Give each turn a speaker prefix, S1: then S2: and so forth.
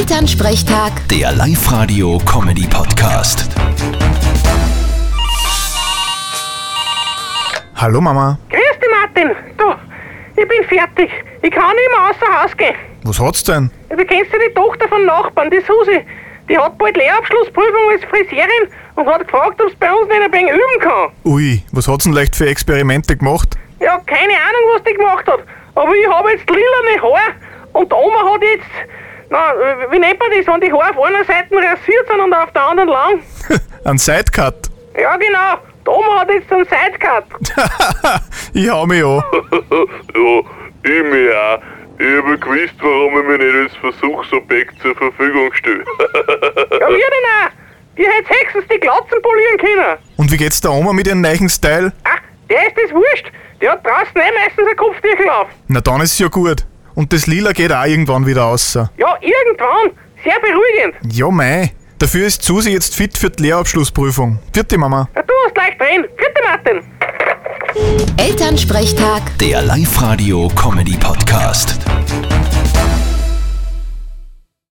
S1: Elternsprechtag,
S2: Der Live-Radio-Comedy-Podcast.
S3: Hallo Mama,
S4: Grüß dich, Martin. Du, ich bin fertig. Ich kann nicht mehr außer Haus gehen.
S3: was hat's denn?
S4: Du kennst ja die Tochter vom Nachbarn, die Susi. Die hat bald Lehrabschlussprüfung als Friseurin und hat gefragt, ob sie bei uns nicht ein wenig üben kann.
S3: Ui, was hat's denn leicht für Experimente gemacht?
S4: Ja, keine Ahnung, was die gemacht hat. Aber ich habe jetzt lilane Haare und die Oma hat jetzt... Na, wie nennt man das, wenn die Haare auf einer Seite rasiert sind und auf der anderen lang?
S3: Ein Sidecut?
S4: Ja, genau. Die Oma hat jetzt einen Sidecut.
S3: ich hau mich an.
S5: Ja, ich mir auch. Ich habe gewusst, warum ich mich nicht als Versuchsobjekt zur Verfügung stelle.
S4: Ja, wir denn auch. Die hätte höchstens die Glatzen polieren können.
S3: Und wie geht's der Oma mit ihrem neuen Style?
S4: Ach, der ist das wurscht. Der hat draußen eh meistens ein Kopftüchel auf.
S3: Na dann ist's ja gut. Und das Lila geht auch irgendwann wieder aus.
S4: Ja, irgendwann. Sehr beruhigend.
S3: Ja mei, dafür ist Susi jetzt fit für die Lehrabschlussprüfung. Vierte Mama.
S4: Ja, Du hast leicht drin. Vierte Martin.
S1: Elternsprechtag.
S2: Der Live-Radio-Comedy-Podcast.